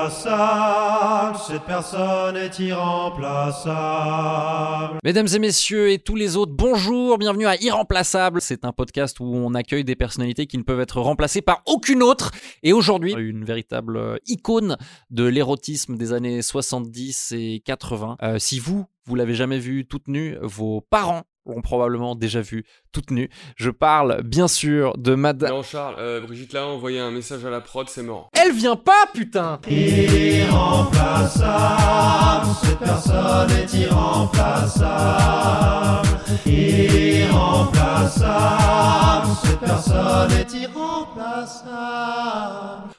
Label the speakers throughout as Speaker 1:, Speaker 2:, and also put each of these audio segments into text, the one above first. Speaker 1: Irremplaçable, cette personne est irremplaçable.
Speaker 2: Mesdames et messieurs et tous les autres, bonjour, bienvenue à Irremplaçable. C'est un podcast où on accueille des personnalités qui ne peuvent être remplacées par aucune autre. Et aujourd'hui, une véritable euh, icône de l'érotisme des années 70 et 80. Euh, si vous, vous l'avez jamais vue toute nue, vos parents l'ont probablement déjà vue toute nue. Je parle bien sûr de Madame...
Speaker 3: Non, Charles, euh, Brigitte là, a envoyé un message à la prod, c'est mort.
Speaker 2: Elle vient pas, putain
Speaker 1: Irremplaçable, cette personne est irremplaçable. Irremplaçable, cette personne est irremplaçable.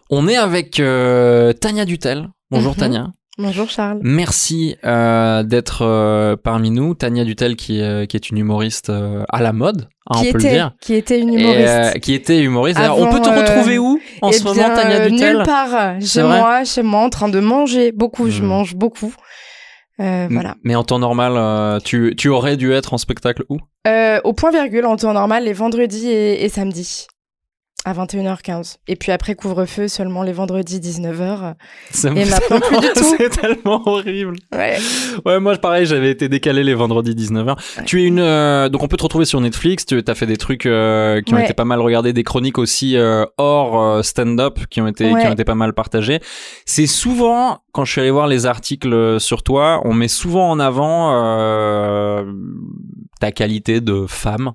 Speaker 2: On est avec euh, Tania Dutel. Bonjour
Speaker 4: Mhm.
Speaker 2: Tania.
Speaker 4: Bonjour Charles.
Speaker 2: Merci euh, d'être euh, parmi nous. Tania Dutel, qui, euh, qui est une humoriste euh, à la mode, hein, on
Speaker 4: qui,
Speaker 2: peut le
Speaker 4: était,
Speaker 2: dire.
Speaker 4: qui était une
Speaker 2: Et,
Speaker 4: humoriste.
Speaker 2: euh, qui était humoriste. D'ailleurs,
Speaker 4: Avant,
Speaker 2: on peut te
Speaker 4: euh,
Speaker 2: retrouver où en
Speaker 4: Eh
Speaker 2: ce moment,
Speaker 4: bien,
Speaker 2: Tania
Speaker 4: euh,
Speaker 2: Dutel
Speaker 4: Nulle part.
Speaker 2: C'est
Speaker 4: Chez
Speaker 2: vrai
Speaker 4: moi, chez moi, en train de manger beaucoup. Je
Speaker 2: Hmm.
Speaker 4: mange beaucoup. Euh, voilà.
Speaker 2: Mais en temps normal, euh, tu, tu aurais dû être en spectacle où
Speaker 4: Euh, au point virgule, en temps normal, les vendredis et, et samedis. À 21h15. Et puis après, couvre-feu seulement les vendredis 19h.
Speaker 2: Ça me-
Speaker 4: Et maintenant, Eh ben, plus du tout.
Speaker 2: C'est tellement horrible.
Speaker 4: Ouais.
Speaker 2: Ouais, moi, pareil, j'avais été décalé les vendredis 19h.
Speaker 4: Ouais.
Speaker 2: Tu es une. euh, donc, on peut te retrouver sur Netflix. Tu as fait des trucs euh, qui ont
Speaker 4: Ouais.
Speaker 2: été pas mal regardés, des chroniques aussi euh, hors euh, stand-up qui, ont été qui
Speaker 4: Ouais.
Speaker 2: ont été pas mal partagées. C'est souvent, quand je suis allé voir les articles sur toi, on met souvent en avant euh, ta qualité de femme.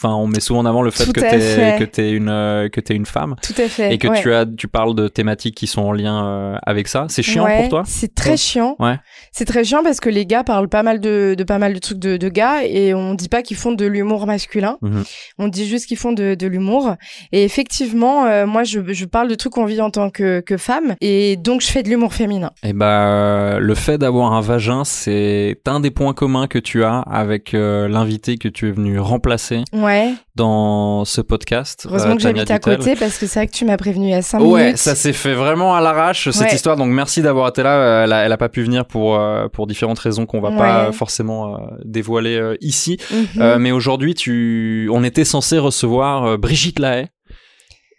Speaker 2: Enfin, on met souvent en avant le fait
Speaker 4: Tout
Speaker 2: que
Speaker 4: à
Speaker 2: t'es
Speaker 4: fait.
Speaker 2: que t'es une euh, que t'es une femme
Speaker 4: Tout à fait.
Speaker 2: et que
Speaker 4: ouais.
Speaker 2: tu as tu parles de thématiques qui sont en lien euh, avec ça. C'est chiant
Speaker 4: Ouais,
Speaker 2: pour toi
Speaker 4: C'est très
Speaker 2: Ouais.
Speaker 4: chiant.
Speaker 2: Ouais.
Speaker 4: C'est très chiant parce que les gars parlent pas mal de, de pas mal de trucs de, de gars et on dit pas qu'ils font de l'humour masculin.
Speaker 2: Mhm.
Speaker 4: On dit juste qu'ils font de, de l'humour. Et effectivement, euh, moi, je, je parle de trucs qu'on vit en tant que, que femme et donc je fais de l'humour féminin.
Speaker 2: Eh ben, euh, le fait d'avoir un vagin, c'est un des points communs que tu as avec euh, l'invité que tu es venu remplacer
Speaker 4: Ouais.
Speaker 2: dans ce podcast.
Speaker 4: Heureusement
Speaker 2: euh,
Speaker 4: que
Speaker 2: Tania
Speaker 4: j'habite à
Speaker 2: Dutel.
Speaker 4: côté parce que c'est vrai que tu m'as prévenu il y a 5
Speaker 2: Ouais,
Speaker 4: minutes.
Speaker 2: ça s'est fait vraiment à l'arrache cette
Speaker 4: Ouais.
Speaker 2: histoire. Donc merci d'avoir été là. Euh, Elle a, elle a pas pu venir pour euh, pour différentes raisons qu'on va pas
Speaker 4: Ouais.
Speaker 2: euh, forcément euh, dévoiler euh, ici.
Speaker 4: Mhm.
Speaker 2: Euh, mais aujourd'hui, tu, on était censé recevoir euh, Brigitte Lahaye.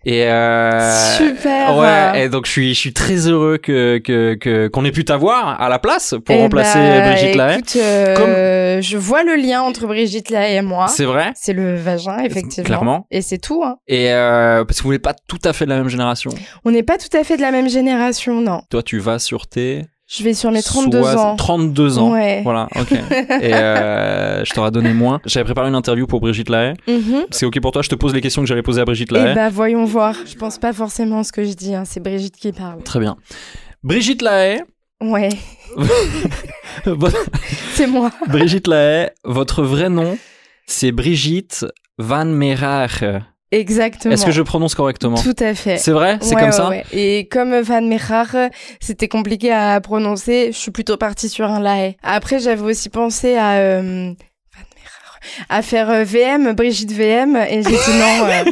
Speaker 2: Et euh,
Speaker 4: Super.
Speaker 2: Ouais, et donc je suis, je suis très heureux que, que, que- qu'on ait pu t'avoir à la place pour
Speaker 4: Eh
Speaker 2: remplacer
Speaker 4: bah,
Speaker 2: Brigitte Lahaye.
Speaker 4: écoute, euh, Je vois le lien entre Brigitte Lahaye et moi.
Speaker 2: C'est vrai,
Speaker 4: C'est le vagin, effectivement.
Speaker 2: clairement.
Speaker 4: Et c'est tout. Hein.
Speaker 2: Et euh, parce que vous n'êtes pas tout à fait de la même génération.
Speaker 4: On n'est pas tout à fait de la même génération, non.
Speaker 2: Toi, tu vas sur tes.
Speaker 4: Je vais sur mes 32
Speaker 2: sois-
Speaker 4: ans.
Speaker 2: 32 ans.
Speaker 4: Ouais.
Speaker 2: Voilà, ok. Et euh, je t'aurais donné moins. J'avais préparé une interview pour Brigitte Lahaye.
Speaker 4: Mhm.
Speaker 2: C'est ok pour toi, je te pose les questions que j'allais poser à Brigitte Lahaye.
Speaker 4: Eh bah voyons voir. Je pense pas forcément à ce que je dis. hein. C'est Brigitte qui parle.
Speaker 2: Très bien. Brigitte Lahaye.
Speaker 4: Ouais,
Speaker 2: Bonne-
Speaker 4: c'est moi.
Speaker 2: Brigitte Lahaye, votre vrai nom, c'est Brigitte Van Meeraar.
Speaker 4: Exactement.
Speaker 2: Est-ce que je prononce correctement
Speaker 4: Tout à fait.
Speaker 2: C'est vrai C'est
Speaker 4: Ouais,
Speaker 2: comme
Speaker 4: ouais,
Speaker 2: ça
Speaker 4: ouais. Et comme Van Merar, c'était compliqué à prononcer. Je suis plutôt partie sur un lae. Après, j'avais aussi pensé à euh, Van Merar, à faire euh, VM, Brigitte VM, et j'ai dit non. euh,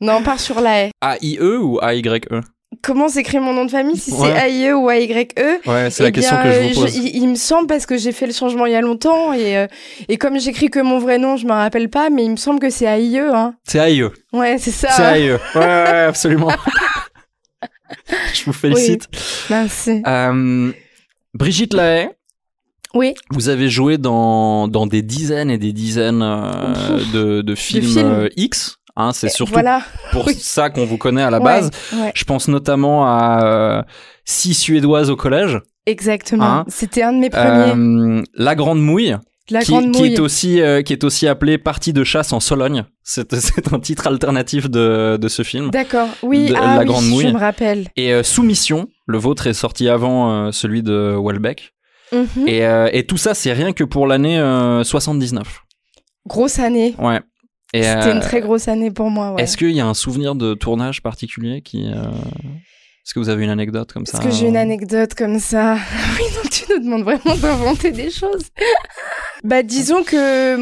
Speaker 4: Non, part sur lae.
Speaker 2: A-I-E ou A-Y-E
Speaker 4: Comment s'écrit mon nom de famille Si
Speaker 2: Ouais.
Speaker 4: c'est AIE ou AYE
Speaker 2: Ouais, c'est
Speaker 4: Eh
Speaker 2: la question
Speaker 4: bien,
Speaker 2: que je
Speaker 4: euh,
Speaker 2: vous pose.
Speaker 4: il, il me semble parce que j'ai fait le changement il y a longtemps et, euh, et comme j'écris que mon vrai nom, je m'en rappelle pas, mais il me semble que c'est AIE. Hein.
Speaker 2: C'est A-I-E.
Speaker 4: Ouais, c'est ça.
Speaker 2: C'est E. A-I-E. Ouais, ouais, ouais, absolument. je vous félicite.
Speaker 4: Merci.
Speaker 2: Euh, Brigitte Lahaye,
Speaker 4: Oui,
Speaker 2: vous avez joué dans, dans des dizaines et des dizaines euh, de, de films,
Speaker 4: films.
Speaker 2: euh, X. Hein, c'est surtout
Speaker 4: voilà.
Speaker 2: pour
Speaker 4: oui.
Speaker 2: ça qu'on vous connaît à la
Speaker 4: Ouais,
Speaker 2: base.
Speaker 4: ouais.
Speaker 2: Je pense notamment à euh, Six Suédoises au collège.
Speaker 4: Exactement.
Speaker 2: Hein
Speaker 4: C'était un de mes premiers.
Speaker 2: Euh, la Grande Mouille,
Speaker 4: la
Speaker 2: qui,
Speaker 4: grande
Speaker 2: qui
Speaker 4: mouille.
Speaker 2: est aussi, euh, qui est aussi appelée Partie de chasse en Sologne. C'est, c'est un titre alternatif de, de ce film.
Speaker 4: D'accord. Oui,
Speaker 2: de-
Speaker 4: ah
Speaker 2: la
Speaker 4: oui,
Speaker 2: grande
Speaker 4: je
Speaker 2: mouille.
Speaker 4: me rappelle.
Speaker 2: Et euh, Soumission, le vôtre est sorti avant euh, celui de Welbeck.
Speaker 4: Mhm.
Speaker 2: Et, euh, et tout ça, c'est rien que pour l'année euh, 79.
Speaker 4: Grosse année.
Speaker 2: Ouais. Et,
Speaker 4: C'était
Speaker 2: euh,
Speaker 4: une très grosse année pour moi. Ouais.
Speaker 2: Est-ce qu'il y a un souvenir de tournage particulier qui. euh, Est-ce que vous avez une anecdote comme ça
Speaker 4: Est-ce que j'ai une
Speaker 2: euh,
Speaker 4: anecdote comme ça Oui, donc tu nous demandes vraiment d'inventer des choses. bah, disons que m-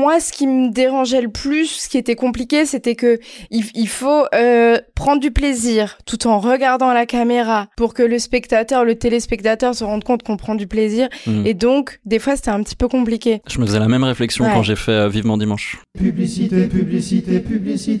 Speaker 4: moi, ce qui me dérangeait le plus, ce qui était compliqué, c'était que il, il faut euh, prendre du plaisir tout en regardant la caméra pour que le spectateur, le téléspectateur, se rende compte qu'on prend du plaisir.
Speaker 2: Hmm.
Speaker 4: Et donc, des fois, c'était un petit peu compliqué.
Speaker 2: Je me faisais la même réflexion
Speaker 4: Ouais.
Speaker 2: quand j'ai fait euh, Vivement Dimanche.
Speaker 1: Publicité, publicité, publicité.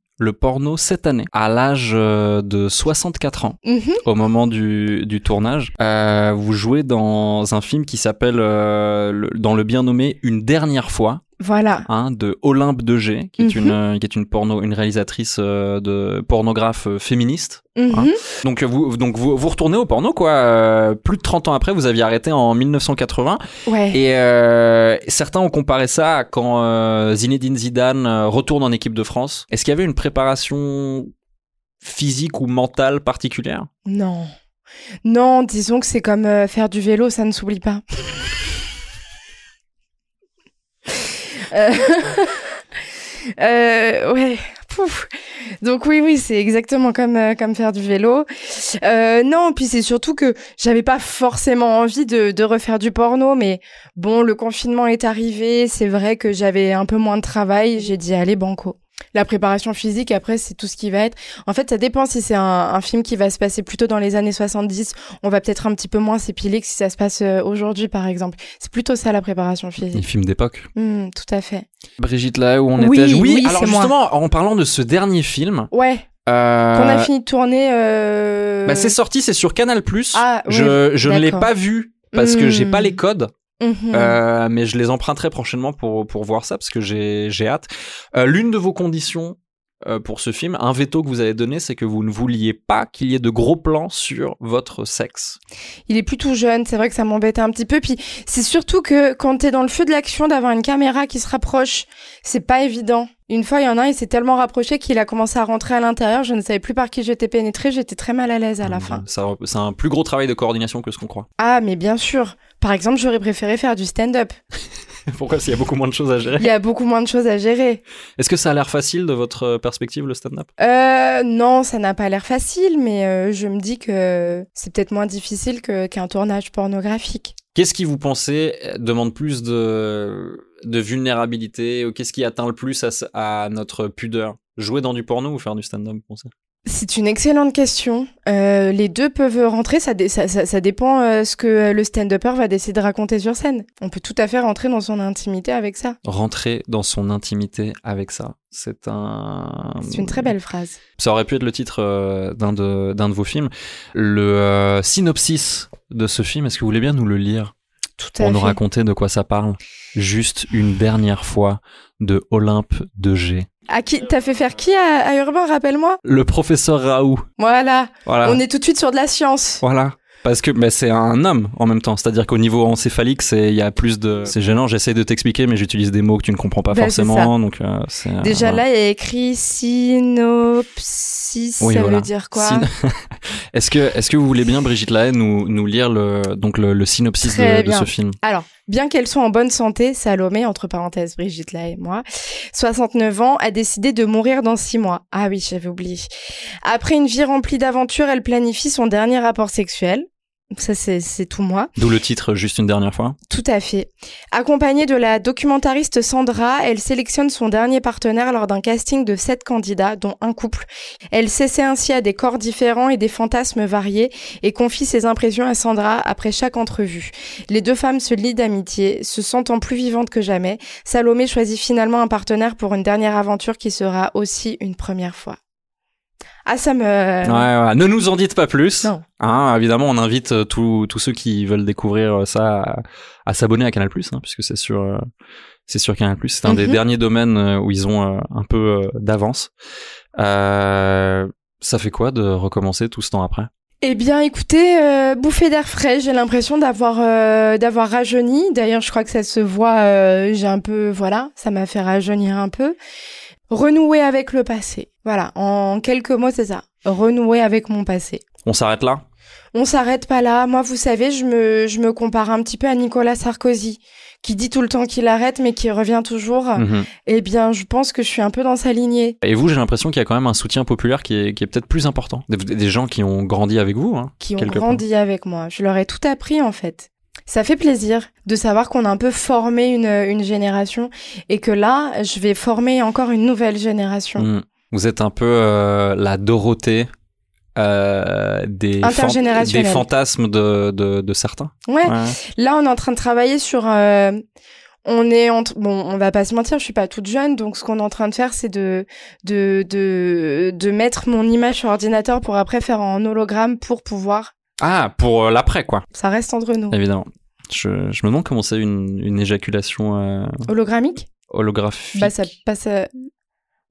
Speaker 2: le porno cette année, à l'âge euh, de 64 ans,
Speaker 4: Mhm.
Speaker 2: au moment du, du tournage. Euh, vous jouez dans un film qui s'appelle, euh, le- dans le bien nommé Une dernière fois,
Speaker 4: Voilà.
Speaker 2: hein, de Olympe de G, qui est
Speaker 4: Mhm.
Speaker 2: une, euh, qui est une porno, une réalisatrice euh, de pornographe euh, féministe.
Speaker 4: Mhm.
Speaker 2: Donc euh, vous, donc vous, vous retournez au porno quoi. euh, plus de 30 ans après, vous aviez arrêté en 1980.
Speaker 4: Ouais.
Speaker 2: Et euh, certains ont comparé ça à quand euh, Zinedine Zidane euh, retourne en équipe de France. Est-ce qu'il y avait une préparation physique ou mentale particulière
Speaker 4: Non. Non, disons que c'est comme euh, faire du vélo, ça ne s'oublie pas. Euh, euh, ouais. Pouf. Donc oui, oui, c'est exactement comme, euh, comme faire du vélo. Euh, non, puis c'est surtout que j'avais pas forcément envie de, de refaire du porno, mais bon, le confinement est arrivé, c'est vrai que j'avais un peu moins de travail, j'ai dit allez, banco. La préparation physique, après, c'est tout ce qui va être. En fait, ça dépend si c'est un, un film qui va se passer plutôt dans les années 70. On va peut-être un petit peu moins s'épiler que si ça se passe euh, aujourd'hui, par exemple. C'est plutôt ça la préparation physique.
Speaker 2: film d'époque.
Speaker 4: Hmm, tout à fait.
Speaker 2: Brigitte là où on
Speaker 4: Oui,
Speaker 2: était.
Speaker 4: oui,
Speaker 2: alors
Speaker 4: c'est moi.
Speaker 2: justement, en parlant de ce dernier film,
Speaker 4: Ouais,
Speaker 2: euh,
Speaker 4: qu'on a fini de tourner. euh,
Speaker 2: bah, c'est sorti, c'est sur Canal+.
Speaker 4: Ah, ouais,
Speaker 2: je je ne l'ai
Speaker 4: d'accord.
Speaker 2: pas vu parce que j'ai
Speaker 4: Hmm.
Speaker 2: pas les codes.
Speaker 4: Mhm.
Speaker 2: Euh, mais je les emprunterai prochainement pour, pour voir ça parce que j'ai j'ai hâte. Euh, L'une de vos conditions euh, pour ce film, un veto que vous avez donné, c'est que vous ne vouliez pas qu'il y ait de gros plans sur votre sexe.
Speaker 4: Il est plutôt jeune, c'est vrai que ça m'embêtait un petit peu. Puis c'est surtout que quand t'es dans le feu de l'action, d'avoir une caméra qui se rapproche, c'est pas évident. Une fois, il y en a un, il s'est tellement rapproché qu'il a commencé à rentrer à l'intérieur. Je ne savais plus par qui j'étais pénétrée, j'étais très mal à l'aise à
Speaker 2: Ah,
Speaker 4: la fin.
Speaker 2: Mm. Ça- C'est un plus gros travail de coordination que ce qu'on croit.
Speaker 4: Ah, mais bien sûr. Par exemple, j'aurais préféré faire du stand-up.
Speaker 2: Pourquoi S'il y a beaucoup moins de choses à gérer.
Speaker 4: Il y a beaucoup moins de choses à gérer.
Speaker 2: Est-ce que ça a l'air facile de votre perspective, le stand-up
Speaker 4: Euh, non, ça n'a pas l'air facile, mais euh, je me dis que c'est peut-être moins difficile que- qu'un tournage pornographique.
Speaker 2: Qu'est-ce qui, vous pensez, euh, demande plus de, de vulnérabilité ou Qu'est-ce qui atteint le plus à, ce- à notre pudeur Jouer dans du porno ou faire du stand-up, vous pensez
Speaker 4: C'est une excellente question. Euh, les deux peuvent rentrer, ça, dé- ça, ça- ça dépend euh, ce que euh, le stand-upper va décider de raconter sur scène. On peut tout à fait rentrer dans son intimité avec ça.
Speaker 2: rentrer dans son intimité avec ça. C'est un.
Speaker 4: C'est une très belle phrase.
Speaker 2: Ça aurait pu être le titre euh, d'un de, d'un de vos films. Le euh, synopsis de ce film, est-ce que vous voulez bien nous le lire
Speaker 4: Tout à
Speaker 2: pour nous
Speaker 4: fait.
Speaker 2: raconter de quoi ça parle Juste une dernière fois de Olympe de G.
Speaker 4: À qui T'as fait faire qui à, à Urbain, rappelle-moi
Speaker 2: Le professeur Raoult.
Speaker 4: Voilà,
Speaker 2: Voilà.
Speaker 4: on est tout de suite sur de la science.
Speaker 2: Voilà. Parce que mais c'est un homme en même temps. C'est-à-dire qu'au niveau encéphalique, c'est- il y a plus de. C'est gênant, j'essaie de t'expliquer, mais j'utilise des mots que tu ne comprends pas
Speaker 4: Ben, c'est
Speaker 2: forcément. Donc, euh, c'est, euh,
Speaker 4: Déjà
Speaker 2: voilà.
Speaker 4: là, il y a écrit synopsis,
Speaker 2: Oui,
Speaker 4: ça
Speaker 2: voilà.
Speaker 4: veut dire quoi
Speaker 2: Syn- est-ce que est-ce que vous voulez bien Brigitte Lahaye nous nous lire le donc le, le synopsis
Speaker 4: Très
Speaker 2: de, de
Speaker 4: bien.
Speaker 2: ce film
Speaker 4: Alors, bien qu'elle soit en bonne santé, Salomé, entre parenthèses, Brigitte là et moi, 69 ans, a décidé de mourir dans 6 mois. Ah oui, j'avais oublié. Après une vie remplie d'aventures, elle planifie son dernier rapport sexuel. Ça, c'est c'est tout moi.
Speaker 2: D'où le titre juste une dernière fois.
Speaker 4: Tout à fait. Accompagnée de la documentariste Sandra, elle sélectionne son dernier partenaire lors d'un casting de sept candidats, dont un couple. Elle s'essaie ainsi à des corps différents et des fantasmes variés et confie ses impressions à Sandra après chaque entrevue. Les deux femmes se lient d'amitié, se sentant plus vivantes que jamais. Salomé choisit finalement un partenaire pour une dernière aventure qui sera aussi une première fois. Ah, ça me...
Speaker 2: Ouais, ouais. Ne nous en dites pas plus.
Speaker 4: Non.
Speaker 2: Hein, évidemment, on invite euh, tous tous ceux qui veulent découvrir euh, ça à, à s'abonner à Canal hein, puisque c'est sur euh, c'est sur Canal C'est un des
Speaker 4: Mhm.
Speaker 2: derniers domaines euh, où ils ont euh, un peu euh, d'avance. Euh, ça fait quoi de recommencer tout ce temps après
Speaker 4: Eh bien, écoutez, euh, bouffée d'air frais, j'ai l'impression d'avoir euh, d'avoir rajeuni. D'ailleurs, je crois que ça se voit. euh, j'ai un peu, voilà, ça m'a fait rajeunir un peu. Renouer avec le passé. Voilà, en quelques mots, c'est ça. Renouer avec mon passé.
Speaker 2: On s'arrête là
Speaker 4: on s'arrête pas là. Moi, vous savez, je me, je me compare un petit peu à Nicolas Sarkozy, qui dit tout le temps qu'il arrête, mais qui revient toujours.
Speaker 2: Mhm.
Speaker 4: Eh bien, je pense que je suis un peu dans sa lignée.
Speaker 2: Et vous, j'ai l'impression qu'il y a quand même un soutien populaire qui est, qui est peut-être plus important. Des, des gens qui ont grandi avec vous. hein.
Speaker 4: qui ont
Speaker 2: Quelque part.
Speaker 4: grandi avec moi. Je leur ai tout appris en fait. Ça fait plaisir de savoir qu'on a un peu formé une, une génération et que là, je vais former encore une nouvelle génération.
Speaker 2: Mm. Vous êtes un peu euh, la Dorothée euh, des, fan-
Speaker 4: Intergénérationnelle.
Speaker 2: des fantasmes de, de- de certains.
Speaker 4: Ouais.
Speaker 2: Mm. Ouais.
Speaker 4: Là, on est en train de travailler sur. euh, on est entre. Bon, on va pas se mentir, je suis pas toute jeune, donc ce qu'on est en train de faire, c'est de, de, de, de mettre mon image sur ordinateur pour après faire en hologramme pour pouvoir.
Speaker 2: Ah, pour euh, l'après, quoi,
Speaker 4: Ça reste entre nous.
Speaker 2: évidemment. Je, je me demande comment c'est une, une éjaculation euh,
Speaker 4: Hologrammique
Speaker 2: holographique.
Speaker 4: Bah, ça passe. à-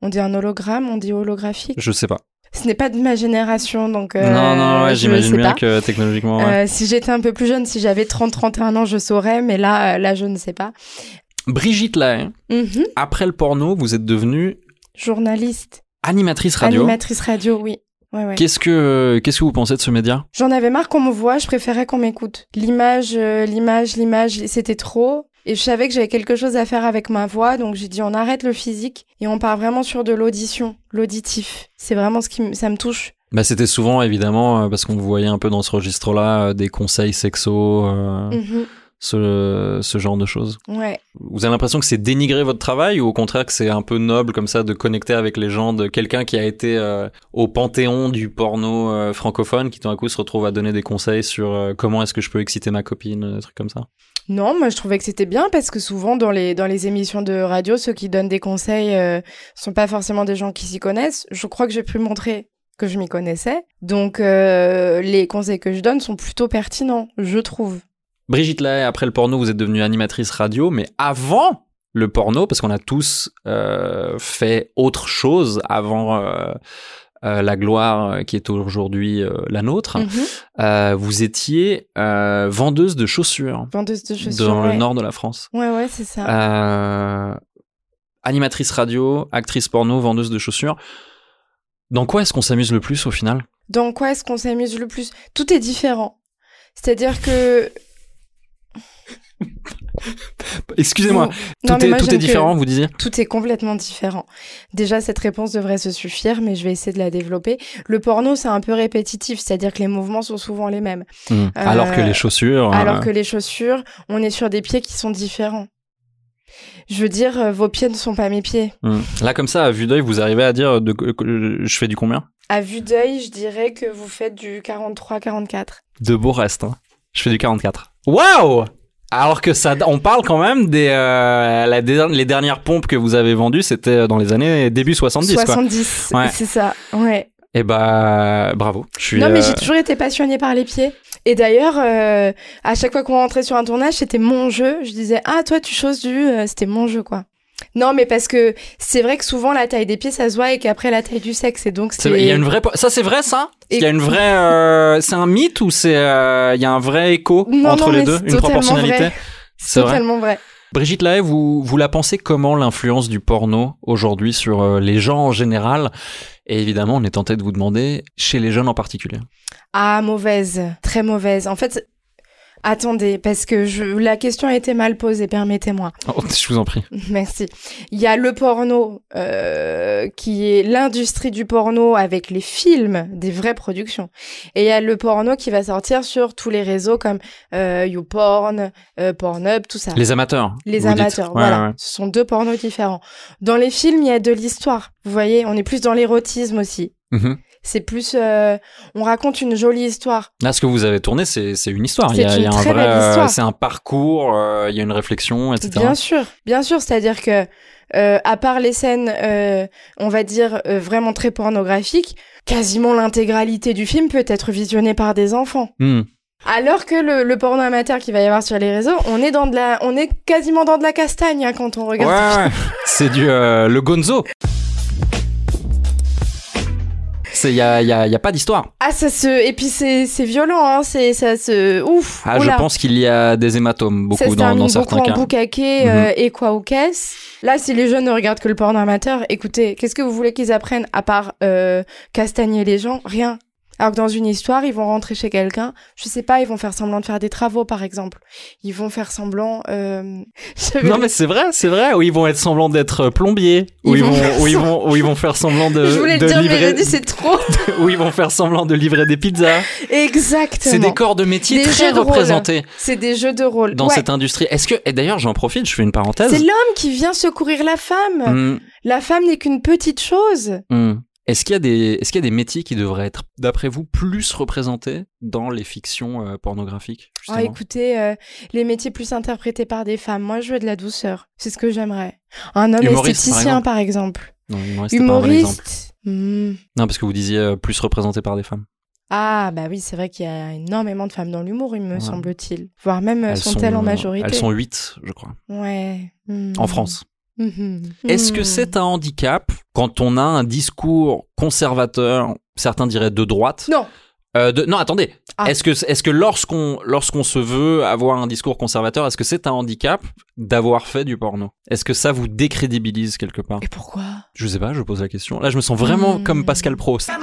Speaker 4: On dit un hologramme, on dit holographique.
Speaker 2: Je sais pas.
Speaker 4: Ce n'est pas de ma génération, donc euh,
Speaker 2: non, non, ouais,
Speaker 4: je
Speaker 2: j'imagine
Speaker 4: sais
Speaker 2: bien
Speaker 4: pas.
Speaker 2: que technologiquement. ouais.
Speaker 4: Euh, si j'étais un peu plus jeune, si j'avais 30-31 ans, je saurais, mais là, euh, là, je ne sais pas.
Speaker 2: Brigitte Lahaye,
Speaker 4: Mhm.
Speaker 2: après le porno, vous êtes devenue
Speaker 4: Journaliste,
Speaker 2: animatrice radio.
Speaker 4: animatrice radio, oui. Ouais, ouais.
Speaker 2: Qu'est-ce que qu'est-ce que vous pensez de ce média
Speaker 4: J'en avais marre qu'on me voit, je préférais qu'on m'écoute. L'image, euh, l'image, l'image, c'était trop. Et je savais que j'avais quelque chose à faire avec ma voix, donc j'ai dit on arrête le physique et on part vraiment sur de l'audition, l'auditif. C'est vraiment ce qui me- ça me touche.
Speaker 2: Bah c'était souvent évidemment euh, parce qu'on voyait un peu dans ce registre-là euh, des conseils sexo, euh,
Speaker 4: Mhm.
Speaker 2: ce, ce genre de choses.
Speaker 4: Ouais.
Speaker 2: Vous avez l'impression que c'est dénigrer votre travail ou au contraire que c'est un peu noble comme ça de connecter avec les gens de quelqu'un qui a été euh, au panthéon du porno euh, francophone qui tout d'un coup se retrouve à donner des conseils sur euh, comment est-ce que je peux exciter ma copine, euh, des trucs comme ça.
Speaker 4: Non, moi je trouvais que c'était bien parce que souvent dans les, dans les émissions de radio, ceux qui donnent des conseils euh, sont pas forcément des gens qui s'y connaissent. Je crois que j'ai pu montrer que je m'y connaissais. Donc euh, les conseils que je donne sont plutôt pertinents, je trouve.
Speaker 2: Brigitte Lahaye, après le porno, vous êtes devenue animatrice radio, mais avant le porno, parce qu'on a tous euh, fait autre chose avant euh, euh, la gloire euh, qui est aujourd'hui euh, la nôtre,
Speaker 4: Mhm.
Speaker 2: euh, vous étiez euh, vendeuse de chaussures,
Speaker 4: Vendeuse de chaussures.
Speaker 2: dans
Speaker 4: ouais.
Speaker 2: le nord de la France.
Speaker 4: Ouais, ouais, c'est ça.
Speaker 2: Euh, animatrice radio, actrice porno, vendeuse de chaussures. Dans quoi est-ce qu'on s'amuse le plus au final
Speaker 4: Dans quoi est-ce qu'on s'amuse le plus Tout est différent. C'est-à-dire que.
Speaker 2: Excusez-moi,
Speaker 4: Non,
Speaker 2: tout,
Speaker 4: mais
Speaker 2: est,
Speaker 4: moi,
Speaker 2: tout est
Speaker 4: j'aime que-
Speaker 2: différent, vous disiez
Speaker 4: Tout est complètement différent. Déjà, cette réponse devrait se suffire, mais je vais essayer de la développer. Le porno, c'est un peu répétitif, c'est-à-dire que les mouvements sont souvent les mêmes.
Speaker 2: Hmm. Alors que
Speaker 4: Euh,
Speaker 2: les chaussures... euh,
Speaker 4: Alors que les chaussures, on est sur des pieds qui sont différents. Je veux dire, euh, vos pieds ne sont pas mes pieds.
Speaker 2: Hmm. Là, comme ça, à vue d'œil, vous arrivez à dire de, euh, que- que- je fais du combien
Speaker 4: À vue d'œil, je dirais que vous faites du 43-44.
Speaker 2: De beaux restes. hein. Je fais du 44. Waouh Alors que ça, on parle quand même des euh, la der- les dernières pompes que vous avez vendues, c'était euh, dans les années début 70. Quoi.
Speaker 4: 70,
Speaker 2: Ouais.
Speaker 4: c'est ça. Ouais.
Speaker 2: Et bah, bravo. Je suis,
Speaker 4: Non, mais
Speaker 2: euh,
Speaker 4: j'ai toujours été passionnée par les pieds. Et d'ailleurs, euh, à chaque fois qu'on rentrait sur un tournage, c'était mon jeu. Je disais, ah, toi, tu choses du. euh, c'était mon jeu, quoi. Non, mais parce que c'est vrai que souvent, la taille des pieds, ça se voit et qu'après, la taille du sexe. Et donc,
Speaker 2: c'est-
Speaker 4: c'est.
Speaker 2: Il y a une vraie. po- Ça, c'est vrai, ça
Speaker 4: Et-
Speaker 2: Il y a une vraie. euh, c'est un mythe ou c'est. euh, Il y a un vrai écho
Speaker 4: Non,
Speaker 2: entre
Speaker 4: non,
Speaker 2: les
Speaker 4: mais
Speaker 2: deux
Speaker 4: c'est
Speaker 2: Une
Speaker 4: totalement
Speaker 2: proportionnalité
Speaker 4: vrai.
Speaker 2: C'est vrai.
Speaker 4: totalement vrai.
Speaker 2: Brigitte Lahaye, vous, vous la pensez comment l'influence du porno aujourd'hui sur euh, les gens en général Et évidemment, on est tenté de vous demander chez les jeunes en particulier.
Speaker 4: Ah, mauvaise. Très mauvaise. En fait, attendez, parce que je... la question a été mal posée, permettez-moi.
Speaker 2: Oh, je vous en prie.
Speaker 4: Merci. Il y a le porno, euh, qui est l'industrie du porno avec les films, des vraies productions. Et il y a le porno qui va sortir sur tous les réseaux comme euh, YouPorn, euh, Pornhub, tout ça.
Speaker 2: Les amateurs.
Speaker 4: Les
Speaker 2: vous dites.
Speaker 4: amateurs,
Speaker 2: Ouais,
Speaker 4: voilà.
Speaker 2: ouais, ouais.
Speaker 4: Ce sont deux pornos différents. Dans les films, il y a de l'histoire. Vous voyez, on est plus dans l'érotisme aussi.
Speaker 2: Mhm.
Speaker 4: C'est plus, euh, on raconte une jolie histoire.
Speaker 2: Là, ce que vous avez tourné, c'est c'est une histoire. Il y a,
Speaker 4: C'est
Speaker 2: il y a
Speaker 4: une
Speaker 2: un
Speaker 4: très
Speaker 2: vrai,
Speaker 4: belle
Speaker 2: euh,
Speaker 4: histoire.
Speaker 2: c'est un parcours. euh, Il y a une réflexion, etc.
Speaker 4: Bien sûr, bien sûr. C'est-à-dire que, euh, à part les scènes, euh, on va dire euh, vraiment très pornographiques, quasiment l'intégralité du film peut être visionnée par des enfants.
Speaker 2: Hmm.
Speaker 4: Alors que le, le porno amateur qu'il va y avoir sur les réseaux, on est dans de la, on est quasiment dans de la castagne hein, quand on
Speaker 2: Ouais,
Speaker 4: regarde.
Speaker 2: ouais. c'est du euh, le Gonzo. C'est- Il y a, il y a- il y a pas d'histoire.
Speaker 4: Ah ça se, et puis c'est c'est violent, hein, c'est ça se, ouf.
Speaker 2: Ah,
Speaker 4: oula.
Speaker 2: je pense qu'il y a des hématomes
Speaker 4: Ça se
Speaker 2: beaucoup dans,
Speaker 4: termine
Speaker 2: dans
Speaker 4: beaucoup
Speaker 2: certains
Speaker 4: en
Speaker 2: cas. Mhm.
Speaker 4: boucaquet euh, et quoi ou caisse. Là, si les jeunes ne regardent que le porno amateur, écoutez, qu'est-ce que vous voulez qu'ils apprennent à part euh, castagner les gens Rien. Alors que dans une histoire, ils vont rentrer chez quelqu'un, je sais pas, ils vont faire semblant de faire des travaux, par exemple. Ils vont faire semblant. euh, j'avais
Speaker 2: Non mais c'est vrai, c'est vrai. Ou ils vont être semblant d'être euh, plombiers, ou
Speaker 4: Ils
Speaker 2: ils
Speaker 4: vont
Speaker 2: vont,
Speaker 4: faire
Speaker 2: ou ils vont, ou ils vont faire semblant de,
Speaker 4: Je voulais
Speaker 2: euh, de
Speaker 4: le dire, mais
Speaker 2: livrer,
Speaker 4: j'ai dit c'est trop.
Speaker 2: ou ils vont faire semblant de livrer des pizzas.
Speaker 4: Exactement.
Speaker 2: C'est des corps de métier
Speaker 4: Des
Speaker 2: très
Speaker 4: jeux de rôle.
Speaker 2: représentés
Speaker 4: C'est des jeux de rôle.
Speaker 2: dans
Speaker 4: Ouais.
Speaker 2: cette industrie. Est-ce que, et d'ailleurs, j'en profite, je fais une
Speaker 4: C'est
Speaker 2: parenthèse.
Speaker 4: l'homme qui vient secourir la femme.
Speaker 2: Hmm,
Speaker 4: La femme n'est qu'une petite chose.
Speaker 2: hmm. Est-ce qu'il y a des, est-ce qu'il y a des métiers qui devraient être, d'après vous, plus représentés dans les fictions euh, pornographiques
Speaker 4: Oh,
Speaker 2: justement
Speaker 4: écoutez, euh, les métiers plus interprétés par des femmes, moi je veux de la douceur. C'est ce que j'aimerais. Un homme
Speaker 2: Humoriste,
Speaker 4: esthéticien, par exemple.
Speaker 2: Non, il me restait pas un vrai exemple.
Speaker 4: Humoriste. Hmm.
Speaker 2: Non, parce que vous disiez euh, plus représenté par des femmes.
Speaker 4: Ah, bah oui, c'est vrai qu'il y a énormément de femmes dans l'humour, il me
Speaker 2: Ouais.
Speaker 4: semble-t-il. Voire même euh,
Speaker 2: Elles
Speaker 4: sont-elles en majorité.
Speaker 2: Elles sont 8, je crois,
Speaker 4: Ouais. Hmm.
Speaker 2: en France.
Speaker 4: Mhm.
Speaker 2: Est-ce que
Speaker 4: Hmm.
Speaker 2: c'est un handicap quand on a un discours conservateur, certains diraient de droite
Speaker 4: Non.
Speaker 2: Euh, de- non, attendez.
Speaker 4: Ah.
Speaker 2: Est-ce que, est que lorsqu'on lorsqu'on se veut avoir un discours conservateur, est-ce que c'est un handicap d'avoir fait du porno Est-ce que ça vous décrédibilise quelque part
Speaker 4: Et pourquoi
Speaker 2: Je sais pas, je pose la question. Là, je me sens vraiment
Speaker 4: Hmm.
Speaker 2: comme Pascal Pro. Ça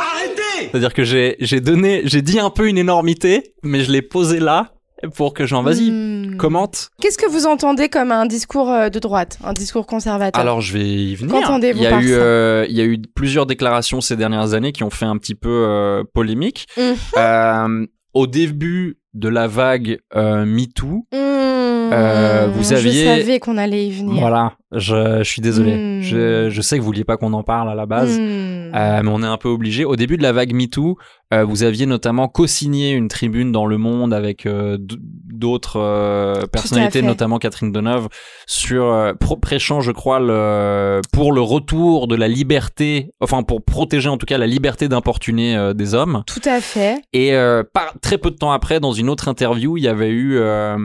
Speaker 2: C'est-à-dire que j'ai j'ai donné, j'ai dit un peu une énormité, mais je l'ai posé là pour que j'en Ah, vas-y,
Speaker 4: Hmm.
Speaker 2: commente.
Speaker 4: Qu'est-ce que vous entendez comme un discours euh, de droite, un discours conservateur
Speaker 2: Alors je vais y venir.
Speaker 4: Qu'entendez-vous
Speaker 2: il y a
Speaker 4: par
Speaker 2: eu
Speaker 4: ça
Speaker 2: euh, il y a eu plusieurs déclarations ces dernières années qui ont fait un petit peu euh, polémique.
Speaker 4: Mhm.
Speaker 2: Euh, au début de la vague euh, MeToo,
Speaker 4: Hmm.
Speaker 2: euh, vous aviez-
Speaker 4: Je savais qu'on allait y venir.
Speaker 2: voilà, je, je suis désolé.
Speaker 4: Mhm.
Speaker 2: Je, je sais que vous vouliez pas qu'on en parle à la base.
Speaker 4: Hmm.
Speaker 2: Euh, mais on est un peu obligé. Au début de la vague MeToo, euh, vous aviez notamment co-signé une tribune dans Le Monde avec euh, d- d'autres euh, personnalités,
Speaker 4: fait.
Speaker 2: notamment Catherine Deneuve, sur euh, pro- prêchant, je crois, le, pour le retour de la liberté, enfin pour protéger en tout cas la liberté d'importuner euh, des hommes.
Speaker 4: Tout à fait.
Speaker 2: Et euh, par- très peu de temps après, dans une autre interview, il y avait eu euh,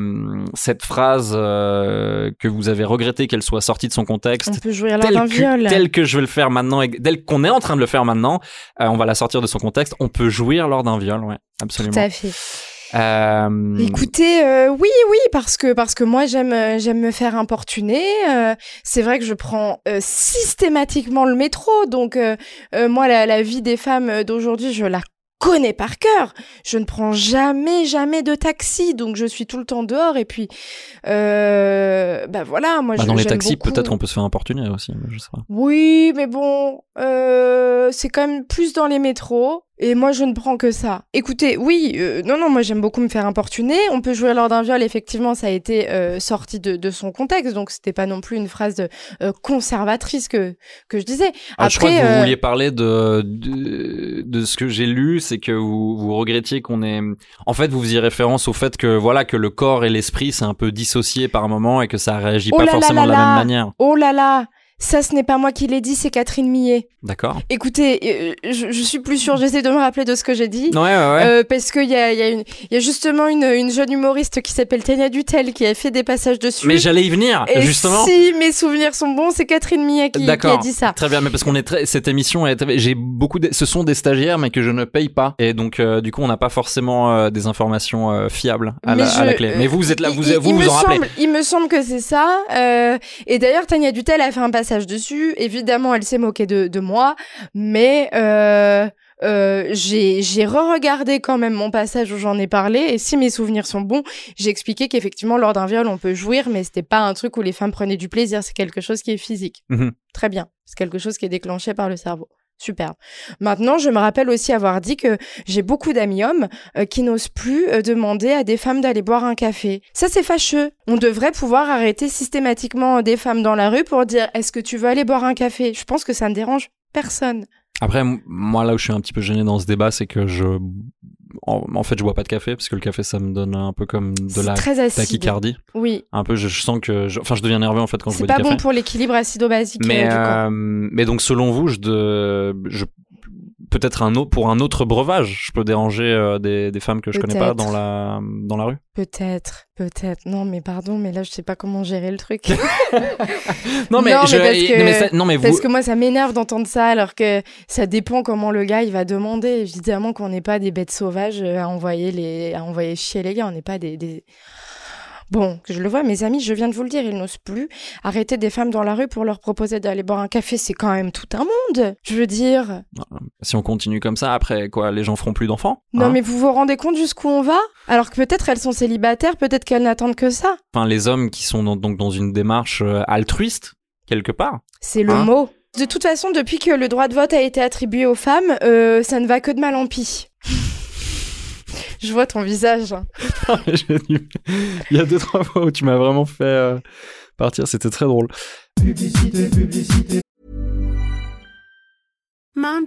Speaker 2: cette phrase euh, que vous avez regretté qu'elle soit sortie de son contexte
Speaker 4: On peut jouer à l'heure
Speaker 2: tel
Speaker 4: d'un
Speaker 2: que,
Speaker 4: viol.
Speaker 2: tel que je vais le faire maintenant, et tel qu'on est en train de le faire maintenant, euh, on va la sortir de son contexte. On peut jouir lors d'un viol, ouais, absolument.
Speaker 4: Tout à fait.
Speaker 2: Euh,
Speaker 4: Écoutez, euh, oui, oui, parce que parce que moi j'aime euh, j'aime me faire importuner. euh, c'est vrai que je prends euh, systématiquement le métro, donc euh, euh, moi la, la vie des femmes euh, d'aujourd'hui, je la connais par cœur. Je ne prends jamais jamais de taxi, donc je suis tout le temps dehors. Et puis, euh, bah voilà, moi
Speaker 2: bah,
Speaker 4: je
Speaker 2: dans les
Speaker 4: j'aime
Speaker 2: taxis,
Speaker 4: beaucoup-
Speaker 2: peut-être qu'on peut se faire importuner aussi, mais je sais pas.
Speaker 4: Oui, mais bon, euh, c'est quand même plus dans les métros. Et moi, je ne prends que ça. Écoutez, oui, euh, non, non, moi j'aime beaucoup me faire importuner. On peut jouer lors d'un viol, effectivement, ça a été euh, sorti de, de son contexte, donc c'était pas non plus une phrase de, euh, conservatrice que, que je disais.
Speaker 2: Ah, je crois que vous
Speaker 4: euh,
Speaker 2: vouliez parler de, de, de ce que j'ai lu, c'est que vous, vous regrettiez qu'on ait. En fait, vous faisiez référence au fait que voilà que le corps et l'esprit c'est un peu dissocié par moment et que ça réagit
Speaker 4: Oh
Speaker 2: pas
Speaker 4: là là
Speaker 2: forcément
Speaker 4: là
Speaker 2: de la
Speaker 4: là.
Speaker 2: même manière.
Speaker 4: Oh là là, ça ce n'est pas moi qui l'ai dit, c'est Catherine Millet.
Speaker 2: D'accord.
Speaker 4: Écoutez, euh, je, je suis plus sûre, j'essaie de me rappeler de ce que j'ai dit.
Speaker 2: Ouais, ouais, ouais.
Speaker 4: Euh, parce qu'il y a, il y, a une- il y a justement une, une jeune humoriste qui s'appelle Tania Dutel qui a fait des passages dessus.
Speaker 2: mais j'allais y venir
Speaker 4: Et
Speaker 2: justement.
Speaker 4: Si mes souvenirs sont bons, c'est Catherine Mia qui, qui a
Speaker 2: D'accord.
Speaker 4: dit ça.
Speaker 2: Très bien, mais parce qu'on est très, cette émission est, j'ai beaucoup, de- ce sont des stagiaires, mais que je ne paye pas, et donc euh, du coup on n'a pas forcément euh, des informations euh, fiables à,
Speaker 4: Mais
Speaker 2: la, à la
Speaker 4: je-
Speaker 2: clé. Mais vous, vous êtes là,
Speaker 4: Il-
Speaker 2: vous
Speaker 4: il-
Speaker 2: vous,
Speaker 4: il
Speaker 2: vous
Speaker 4: me
Speaker 2: en rappelez.
Speaker 4: semble- Il me semble que c'est ça. euh, et d'ailleurs, Tania Dutel a fait un passage dessus. Évidemment, elle s'est moquée de, de moi, mais euh, euh, j'ai j'ai re-regardé quand même mon passage où j'en ai parlé. Et si mes souvenirs sont bons, j'ai expliqué qu'effectivement, lors d'un viol, on peut jouir, mais c'était pas un truc où les femmes prenaient du plaisir. C'est quelque chose qui est physique.
Speaker 2: Mhm.
Speaker 4: Très bien. C'est quelque chose qui est déclenché par le cerveau. Superbe. Maintenant, je me rappelle aussi avoir dit que j'ai beaucoup d'amis hommes euh, qui n'osent plus euh, demander à des femmes d'aller boire un café. Ça, c'est fâcheux. On devrait pouvoir arrêter systématiquement euh, des femmes dans la rue pour dire Est-ce que tu veux aller boire un café Je pense que ça ne dérange personne.
Speaker 2: Après, m- moi là où je suis un petit peu gêné dans ce débat, c'est que je, en, en fait, je bois pas de café parce que le café ça me donne un peu comme de
Speaker 4: C'est
Speaker 2: la
Speaker 4: très acide.
Speaker 2: tachycardie.
Speaker 4: Oui,
Speaker 2: Un peu, je, je sens que, je- enfin, je deviens nerveux en fait quand je
Speaker 4: c'est
Speaker 2: bois du
Speaker 4: pas bon
Speaker 2: café.
Speaker 4: pour l'équilibre acido-basique
Speaker 2: mais,
Speaker 4: euh, du corps.
Speaker 2: euh, mais donc selon vous, je, de, je peut-être un autre pour un autre breuvage, je peux déranger euh, des, des femmes que je connais pas
Speaker 4: Peut-être.
Speaker 2: dans la dans la rue.
Speaker 4: Peut-être, peut-être. Non, mais pardon, mais là, je sais pas comment gérer le truc.
Speaker 2: Non mais,
Speaker 4: Non, mais
Speaker 2: je-
Speaker 4: parce
Speaker 2: et-
Speaker 4: que-
Speaker 2: non, mais ça- non, mais vous
Speaker 4: Parce que moi, ça m'énerve d'entendre ça, alors que ça dépend comment le gars il va demander. Évidemment qu'on n'est pas des bêtes sauvages euh, à envoyer les, à envoyer chier les gars. On n'est pas des, des- Bon, je le vois, mes amis, je viens de vous le dire, ils n'osent plus. Arrêter des femmes dans la rue pour leur proposer d'aller boire un café, c'est quand même tout un monde. Je veux dire.
Speaker 2: Si on continue comme ça, après quoi, les gens feront plus d'enfants
Speaker 4: Non,
Speaker 2: hein
Speaker 4: mais vous vous rendez compte jusqu'où on va Alors que peut-être elles sont célibataires, peut-être qu'elles n'attendent que ça.
Speaker 2: Enfin, les hommes qui sont dans- donc dans une démarche euh, altruiste, quelque part.
Speaker 4: C'est le
Speaker 2: Hein
Speaker 4: mot. De toute façon, depuis que le droit de vote a été attribué aux femmes, euh, ça ne va que de mal en pis. je vois ton visage.
Speaker 2: J'ai dû- Il y a deux, trois fois où Oh, tu m'as vraiment fait euh, partir, c'était très drôle.
Speaker 1: publicité, publicité,
Speaker 5: Mom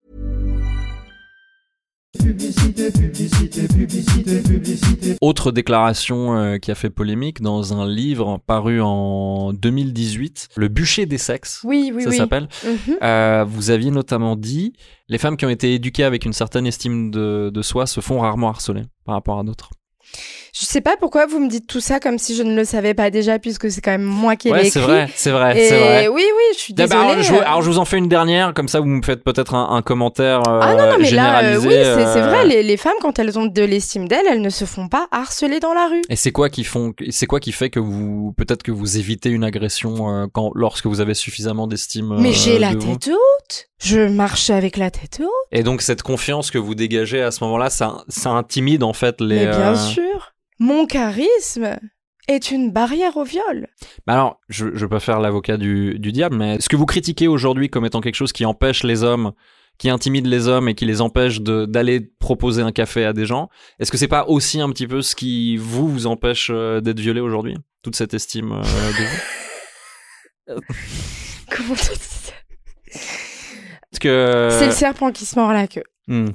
Speaker 1: publicité, publicité, publicité, publicité,
Speaker 2: Autre déclaration euh, qui a fait polémique dans un livre paru en 2018, Le bûcher des sexes.
Speaker 4: Oui, oui,
Speaker 2: ça
Speaker 4: oui.
Speaker 2: s'appelle.
Speaker 4: Mhm.
Speaker 2: Euh, vous aviez notamment dit les femmes qui ont été éduquées avec une certaine estime de, de soi se font rarement harceler par rapport à d'autres.
Speaker 4: Je sais pas pourquoi vous me dites tout ça comme si je ne le savais pas déjà, puisque c'est quand même moi qui l'ai
Speaker 2: Ouais,
Speaker 4: écrit.
Speaker 2: c'est vrai, c'est vrai,
Speaker 4: Et
Speaker 2: c'est vrai.
Speaker 4: oui, oui, je suis
Speaker 2: Ah bah,
Speaker 4: désolée. euh.
Speaker 2: alors, je, alors, je vous en fais une dernière, comme ça vous me faites peut-être un, un commentaire euh,
Speaker 4: Ah non, non, mais là, euh,
Speaker 2: généralisé.
Speaker 4: oui, c'est c'est
Speaker 2: euh,
Speaker 4: vrai, les, les femmes, quand elles ont de l'estime d'elles, elles ne se font pas harceler dans la rue.
Speaker 2: Et c'est quoi qui font, c'est quoi qui fait que vous, peut-être que vous évitez une agression euh, quand, lorsque vous avez suffisamment d'estime. euh,
Speaker 4: mais j'ai la
Speaker 2: de vous
Speaker 4: tête haute Je marche avec la tête haute,
Speaker 2: Et donc cette confiance que vous dégagez à ce moment-là, ça, ça intimide en fait les.
Speaker 4: mais
Speaker 2: euh,
Speaker 4: bien sûr. Mon charisme est une barrière au viol.
Speaker 2: Bah alors, je, je peux faire l'avocat du, du diable, mais ce que vous critiquez aujourd'hui comme étant quelque chose qui empêche les hommes, qui intimide les hommes et qui les empêche de- d'aller proposer un café à des gens, est-ce que c'est pas aussi un petit peu ce qui vous vous empêche euh, d'être violé aujourd'hui Toute cette estime euh, de vous
Speaker 4: Comment tu dis ça
Speaker 2: Parce que.
Speaker 4: C'est le serpent qui se mord la queue.
Speaker 2: Hmm.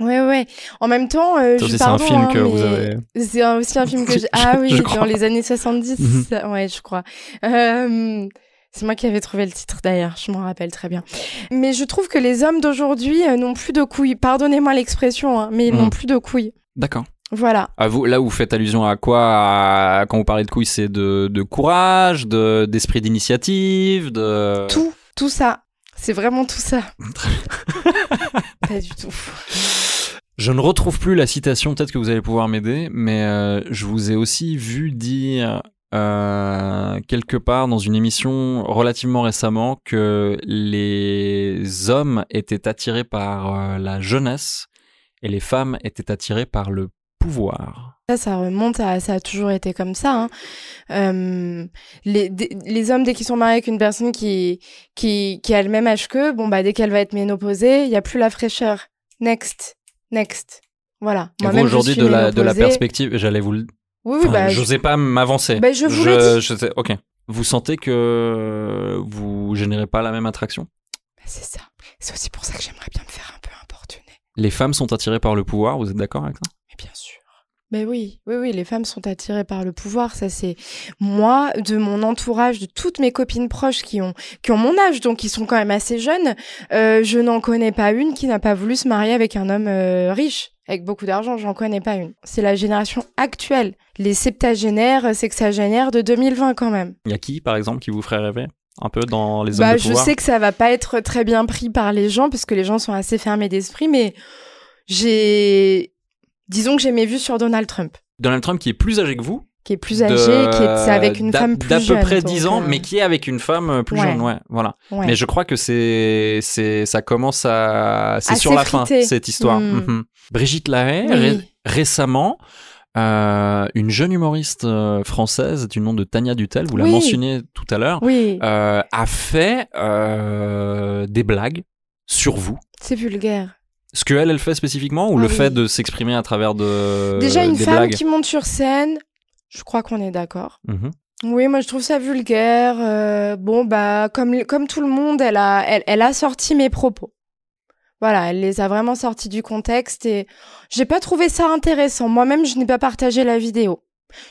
Speaker 4: Ouais, ouais. En même temps,
Speaker 2: Ça
Speaker 4: euh, je
Speaker 2: aussi, c'est un
Speaker 4: pardon,
Speaker 2: film
Speaker 4: hein,
Speaker 2: que vous
Speaker 4: mais-
Speaker 2: avez.
Speaker 4: C'est un- aussi un film que j'ai. Ah oui,
Speaker 2: Je
Speaker 4: dans
Speaker 2: crois.
Speaker 4: les années 70.
Speaker 2: Mhm.
Speaker 4: ça- ouais, je crois. Euh, c'est moi qui avais trouvé le titre d'ailleurs, je m'en rappelle très bien. Mais je trouve que les hommes d'aujourd'hui euh, n'ont plus de couilles. Pardonnez-moi l'expression, hein, mais ils
Speaker 2: Mhm.
Speaker 4: n'ont plus de couilles.
Speaker 2: D'accord.
Speaker 4: Voilà.
Speaker 2: Ah, vous, là, vous faites allusion à quoi à- Quand vous parlez de couilles, c'est de, de courage, de- d'esprit d'initiative, de.
Speaker 4: Tout, tout ça. C'est vraiment tout ça. Pas du tout.
Speaker 2: Je ne retrouve plus la citation, peut-être que vous allez pouvoir m'aider, mais euh, je vous ai aussi vu dire euh, quelque part dans une émission relativement récemment que les hommes étaient attirés par euh, la jeunesse et les femmes étaient attirées par le pouvoir.
Speaker 4: Ça, ça remonte à. Ça a toujours été comme ça. hein. Euh, les, dès- les hommes, dès qu'ils sont mariés avec une personne qui, qui, qui a le même âge qu'eux, bon, bah, dès qu'elle va être ménopausée, il n'y a plus la fraîcheur. Next. Next. Voilà.
Speaker 2: Et vous,
Speaker 4: Moi-même, je
Speaker 2: aujourd'hui,
Speaker 4: suis
Speaker 2: de la, de la
Speaker 4: ménopausée.
Speaker 2: perspective, j'allais vous le
Speaker 4: Oui, oui,
Speaker 2: Enfin,
Speaker 4: bah, je-
Speaker 2: j'osais pas m'avancer.
Speaker 4: Bah, je vous l'ai dit.
Speaker 2: je sais- ok. Vous sentez que vous générez pas la même attraction
Speaker 4: bah, c'est ça. C'est aussi pour ça que j'aimerais bien me faire un peu importuner.
Speaker 2: Les femmes sont attirées par le pouvoir, vous êtes d'accord avec ça
Speaker 4: Mais bien sûr. Mais oui, oui, oui, les femmes sont attirées par le pouvoir, ça c'est moi, de mon entourage, de toutes mes copines proches qui ont, qui ont mon âge, donc qui sont quand même assez jeunes, euh, je n'en connais pas une qui n'a pas voulu se marier avec un homme euh, riche, avec beaucoup d'argent, j'en connais pas une. C'est la génération actuelle, les septagénaires, euh, sexagénaires de 2020 quand même.
Speaker 2: Il y a qui, par exemple, qui vous ferait rêver un peu dans les hommes
Speaker 4: Bah,
Speaker 2: de
Speaker 4: je
Speaker 2: pouvoir
Speaker 4: sais que ça va pas être très bien pris par les gens parce que les gens sont assez fermés d'esprit, mais j'ai, disons que j'ai mes vues sur Donald Trump.
Speaker 2: Donald Trump qui est plus âgé que vous,
Speaker 4: qui est plus âgé, qui est c'est avec une
Speaker 2: d'a-
Speaker 4: femme plus
Speaker 2: d'à
Speaker 4: jeune.
Speaker 2: peu près
Speaker 4: donc,
Speaker 2: 10 ans,
Speaker 4: euh,
Speaker 2: mais qui est avec une femme euh, plus
Speaker 4: Ouais.
Speaker 2: jeune, ouais, voilà.
Speaker 4: ouais.
Speaker 2: Mais je crois que c'est, c'est, ça commence à, c'est
Speaker 4: À
Speaker 2: sur la fin
Speaker 4: s'effriter.
Speaker 2: cette histoire.
Speaker 4: Mm.
Speaker 2: Mhm. Brigitte Lahaye,
Speaker 4: Oui.
Speaker 2: ré- récemment, euh, une jeune humoriste euh, française du nom de Tania Dutel, vous la
Speaker 4: Oui.
Speaker 2: mentionnez tout à l'heure,
Speaker 4: Oui,
Speaker 2: euh, a fait euh, des blagues sur vous.
Speaker 4: c'est vulgaire.
Speaker 2: Ce que elle, elle fait spécifiquement, ou
Speaker 4: Ah
Speaker 2: le
Speaker 4: oui.
Speaker 2: fait de s'exprimer à travers de
Speaker 4: Déjà, une
Speaker 2: euh, des
Speaker 4: femme
Speaker 2: blagues.
Speaker 4: qui monte sur scène, je crois qu'on est d'accord.
Speaker 2: Mhm.
Speaker 4: Oui, moi je trouve ça vulgaire. euh, bon, bah, comme, comme tout le monde, elle a, elle, elle a sorti mes propos. Voilà, elle les a vraiment sortis du contexte et j'ai pas trouvé ça intéressant. Moi-même, je n'ai pas partagé la vidéo.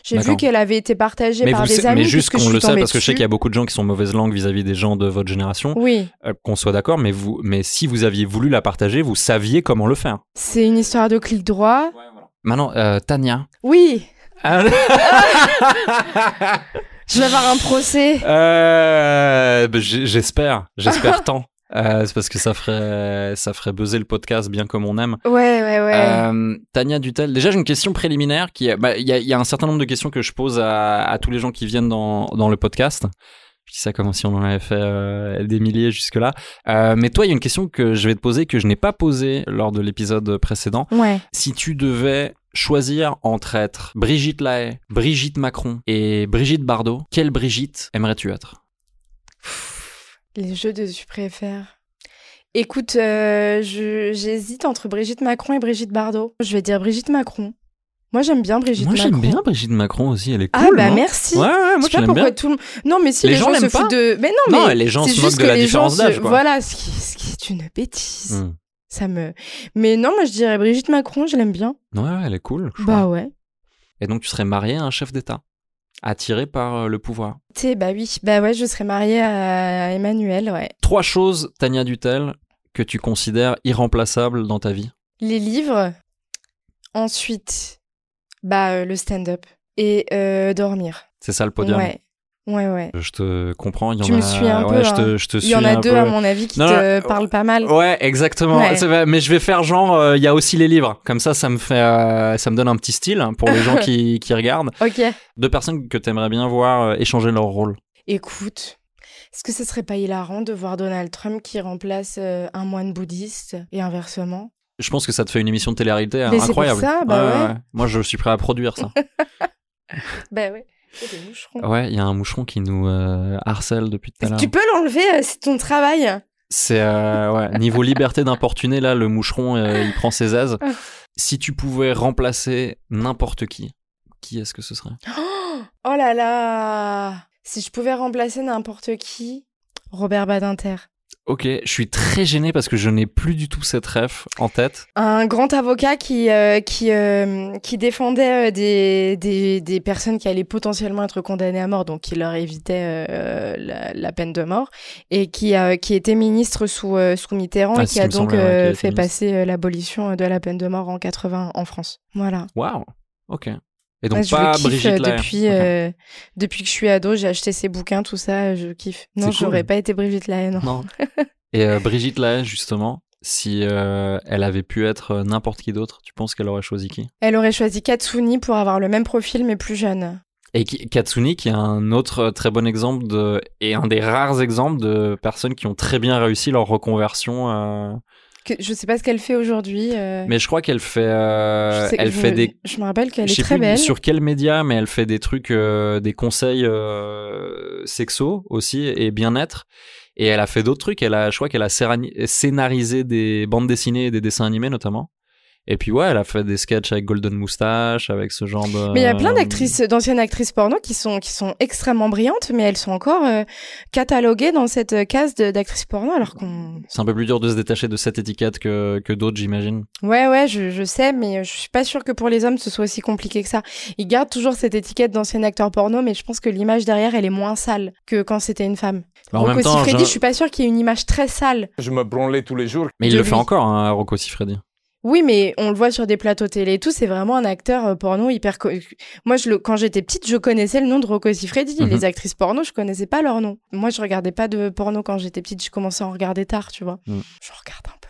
Speaker 4: J'ai
Speaker 2: D'accord.
Speaker 4: vu qu'elle avait été partagée
Speaker 2: mais,
Speaker 4: par
Speaker 2: vous
Speaker 4: des
Speaker 2: le sa-
Speaker 4: amis.
Speaker 2: mais juste
Speaker 4: puisque je
Speaker 2: qu'on
Speaker 4: suis
Speaker 2: le sait,
Speaker 4: tombée
Speaker 2: parce que je sais
Speaker 4: dessus.
Speaker 2: qu'il y a beaucoup de gens qui sont mauvaise langue vis-à-vis des gens de votre génération,
Speaker 4: Oui,
Speaker 2: euh, qu'on soit d'accord, mais, vous, mais si vous aviez voulu la partager, vous saviez comment le faire.
Speaker 4: c'est une histoire de clic droit.
Speaker 2: Maintenant, euh, Tania.
Speaker 4: Oui,
Speaker 2: Euh,
Speaker 4: je vais avoir un procès.
Speaker 2: Euh, bah, j- j'espère, j'espère tant. Euh, c'est parce que ça ferait, ça ferait buzzer le podcast bien comme on aime.
Speaker 4: Ouais, ouais, ouais.
Speaker 2: Euh, Tania Dutel, déjà j'ai une question préliminaire qui, est- bah, il y, a- il y a un certain nombre de questions que je pose à, à tous les gens qui viennent dans, dans le podcast. Je dis ça comme si on en avait fait euh, des milliers jusque là. mais toi, il y a une question que je vais te poser que je n'ai pas posée lors de l'épisode précédent.
Speaker 4: Ouais.
Speaker 2: Si tu devais choisir entre être Brigitte Lahaye, Brigitte Macron et Brigitte Bardot, quelle Brigitte aimerais-tu être
Speaker 4: Les jeux de tu préfères. Écoute, euh, je- j'hésite entre Brigitte Macron et Brigitte Bardot. Je vais dire Brigitte Macron. Moi, j'aime bien Brigitte
Speaker 2: moi
Speaker 4: Macron.
Speaker 2: j'aime bien Brigitte Macron aussi, elle est
Speaker 4: Ah
Speaker 2: cool.
Speaker 4: bah
Speaker 2: non
Speaker 4: merci.
Speaker 2: Ouais, ouais, moi
Speaker 4: je
Speaker 2: je
Speaker 4: sais pas
Speaker 2: l'aime
Speaker 4: pourquoi
Speaker 2: bien.
Speaker 4: tout le monde. Non, mais si
Speaker 2: Les
Speaker 4: les,
Speaker 2: gens
Speaker 4: gens, se
Speaker 2: l'aiment pas
Speaker 4: foutent de. Mais non, mais.
Speaker 2: Non, les gens
Speaker 4: c'est
Speaker 2: se
Speaker 4: juste
Speaker 2: moquent de
Speaker 4: que
Speaker 2: la
Speaker 4: les gens
Speaker 2: différence
Speaker 4: se-
Speaker 2: d'âge. quoi.
Speaker 4: Voilà, ce qui, ce qui est une bêtise.
Speaker 2: Hmm.
Speaker 4: Ça me. Mais non, moi je dirais Brigitte Macron, je l'aime bien.
Speaker 2: Ouais, ouais, elle est cool. je
Speaker 4: Bah
Speaker 2: crois.
Speaker 4: ouais.
Speaker 2: Et donc tu serais marié à un chef d'État, attiré par euh, le pouvoir.
Speaker 4: Tu sais, bah oui. Bah ouais, je serais mariée à Emmanuel, ouais.
Speaker 2: Trois choses, Tania Dutel, que tu considères irremplaçables dans ta vie.
Speaker 4: Les livres. Ensuite, bah euh, le stand-up. Et euh, dormir.
Speaker 2: C'est ça le podium. Euh,
Speaker 4: Ouais. Ouais, ouais.
Speaker 2: Je te comprends. Il y
Speaker 4: Tu
Speaker 2: en
Speaker 4: me
Speaker 2: a...
Speaker 4: suis un
Speaker 2: ouais,
Speaker 4: peu,
Speaker 2: Je te,
Speaker 4: hein.
Speaker 2: je te
Speaker 4: Il
Speaker 2: suis
Speaker 4: y en a
Speaker 2: un
Speaker 4: deux,
Speaker 2: peu.
Speaker 4: à mon avis, qui
Speaker 2: Non, euh, oh.
Speaker 4: te
Speaker 2: non,
Speaker 4: parlent pas mal.
Speaker 2: Ouais, exactement.
Speaker 4: Ouais.
Speaker 2: C'est vrai, Mais je vais faire genre, euh, il y a aussi les livres. Comme ça, ça me fait, euh, ça me donne un petit style hein, pour les gens qui, qui regardent.
Speaker 4: Ok.
Speaker 2: Deux personnes que t'aimerais bien voir euh, échanger leur rôle.
Speaker 4: Écoute, est-ce que ce serait pas hilarant de voir Donald Trump qui remplace euh, un moine bouddhiste et inversement
Speaker 2: Je pense que ça te fait une émission de télé-réalité hein,
Speaker 4: Mais c'est pour
Speaker 2: incroyable.
Speaker 4: ça, bah ouais.
Speaker 2: Moi, je suis prêt à produire ça.
Speaker 4: Bah ouais. c'est des moucherons.
Speaker 2: ouais, il y a un moucheron qui nous euh, harcèle depuis tout à l'heure.
Speaker 4: Tu peux l'enlever, euh, c'est ton travail.
Speaker 2: C'est euh, ouais, niveau liberté d'importuner là, le moucheron euh, il prend ses aises.
Speaker 4: Ah.
Speaker 2: Si tu pouvais remplacer n'importe qui, qui est-ce que ce serait
Speaker 4: Oh là là Si je pouvais remplacer n'importe qui, Robert Badinter.
Speaker 2: Ok, je suis très gêné parce que je n'ai plus du tout cette ref en tête.
Speaker 4: Un grand avocat qui, euh, qui, euh, qui défendait euh, des, des, des personnes qui allaient potentiellement être condamnées à mort, donc qui leur évitait euh, la, la peine de mort, et qui, euh, qui était ministre sous, euh, sous Mitterrand
Speaker 2: Ah,
Speaker 4: et
Speaker 2: c'est
Speaker 4: qui
Speaker 2: ce
Speaker 4: a
Speaker 2: qui me
Speaker 4: donc
Speaker 2: semblait, ouais,
Speaker 4: euh,
Speaker 2: qu'il était
Speaker 4: fait
Speaker 2: ministre.
Speaker 4: passer euh, l'abolition de la peine de mort en 80 en France. Voilà.
Speaker 2: Waouh, ok. Et
Speaker 4: Ah,
Speaker 2: donc
Speaker 4: je
Speaker 2: pas
Speaker 4: le kiffe euh,
Speaker 2: Brigitte Lahaye.
Speaker 4: depuis,
Speaker 2: Ok.
Speaker 4: euh, depuis que je suis ado, j'ai acheté ses bouquins, tout ça, euh, je kiffe. Non,
Speaker 2: C'est cool.
Speaker 4: j'aurais pas été Brigitte Lahaye, non.
Speaker 2: Non. Et euh, Brigitte Lahaye, justement, si euh, elle avait pu être euh, n'importe qui d'autre, tu penses qu'elle aurait choisi qui
Speaker 4: Elle aurait choisi Katsuni pour avoir le même profil mais plus jeune.
Speaker 2: Et qui- Katsuni, qui est un autre euh, très bon exemple de, et un des rares exemples de personnes qui ont très bien réussi leur reconversion. euh,
Speaker 4: que- je sais pas ce qu'elle fait aujourd'hui. euh,
Speaker 2: Mais je crois qu'elle fait, euh,
Speaker 4: je sais-
Speaker 2: elle
Speaker 4: je-
Speaker 2: fait des.
Speaker 4: Je me rappelle qu'elle
Speaker 2: je sais
Speaker 4: est très
Speaker 2: plus
Speaker 4: belle.
Speaker 2: sur quel média, mais elle fait des trucs, euh, des conseils euh, sexo aussi et bien-être. Et elle a fait d'autres trucs. Elle a, je crois qu'elle a sérani- scénarisé des bandes dessinées et des dessins animés notamment. Et puis ouais, elle a fait des sketchs avec Golden Moustache, avec ce genre de. euh,
Speaker 4: Mais il y a plein d'actrices, d'anciennes actrices porno qui sont, qui sont extrêmement brillantes, mais elles sont encore euh, cataloguées dans cette euh, case de- d'actrices porno, alors qu'on.
Speaker 2: C'est un peu plus dur de se détacher de cette étiquette que, que d'autres, j'imagine.
Speaker 4: Ouais, ouais, je, je sais, mais je suis pas sûre que pour les hommes ce soit aussi compliqué que ça. Ils gardent toujours cette étiquette d'ancien acteur porno, mais je pense que l'image derrière, elle est moins sale que quand c'était une femme.
Speaker 2: Mais Bah, en
Speaker 4: Donc
Speaker 2: même
Speaker 4: aussi,
Speaker 2: temps,
Speaker 4: Freddy,
Speaker 2: je-
Speaker 4: je suis pas sûre qu'il y ait une image très sale.
Speaker 6: Je me branlais tous les jours.
Speaker 2: Mais il
Speaker 4: de
Speaker 2: le
Speaker 4: lui.
Speaker 2: fait encore, hein, Rocco Siffredi.
Speaker 4: Oui, mais on le voit sur des plateaux télé et tout, c'est vraiment un acteur euh, porno hyper. co- Moi, je le... quand j'étais petite, je connaissais le nom de Rocco Siffredi.
Speaker 2: Mhm.
Speaker 4: Les actrices porno, je connaissais pas leur nom. Moi, je regardais pas de porno quand j'étais petite, je commençais à en regarder tard, tu vois.
Speaker 2: Mhm.
Speaker 4: Je regarde un peu.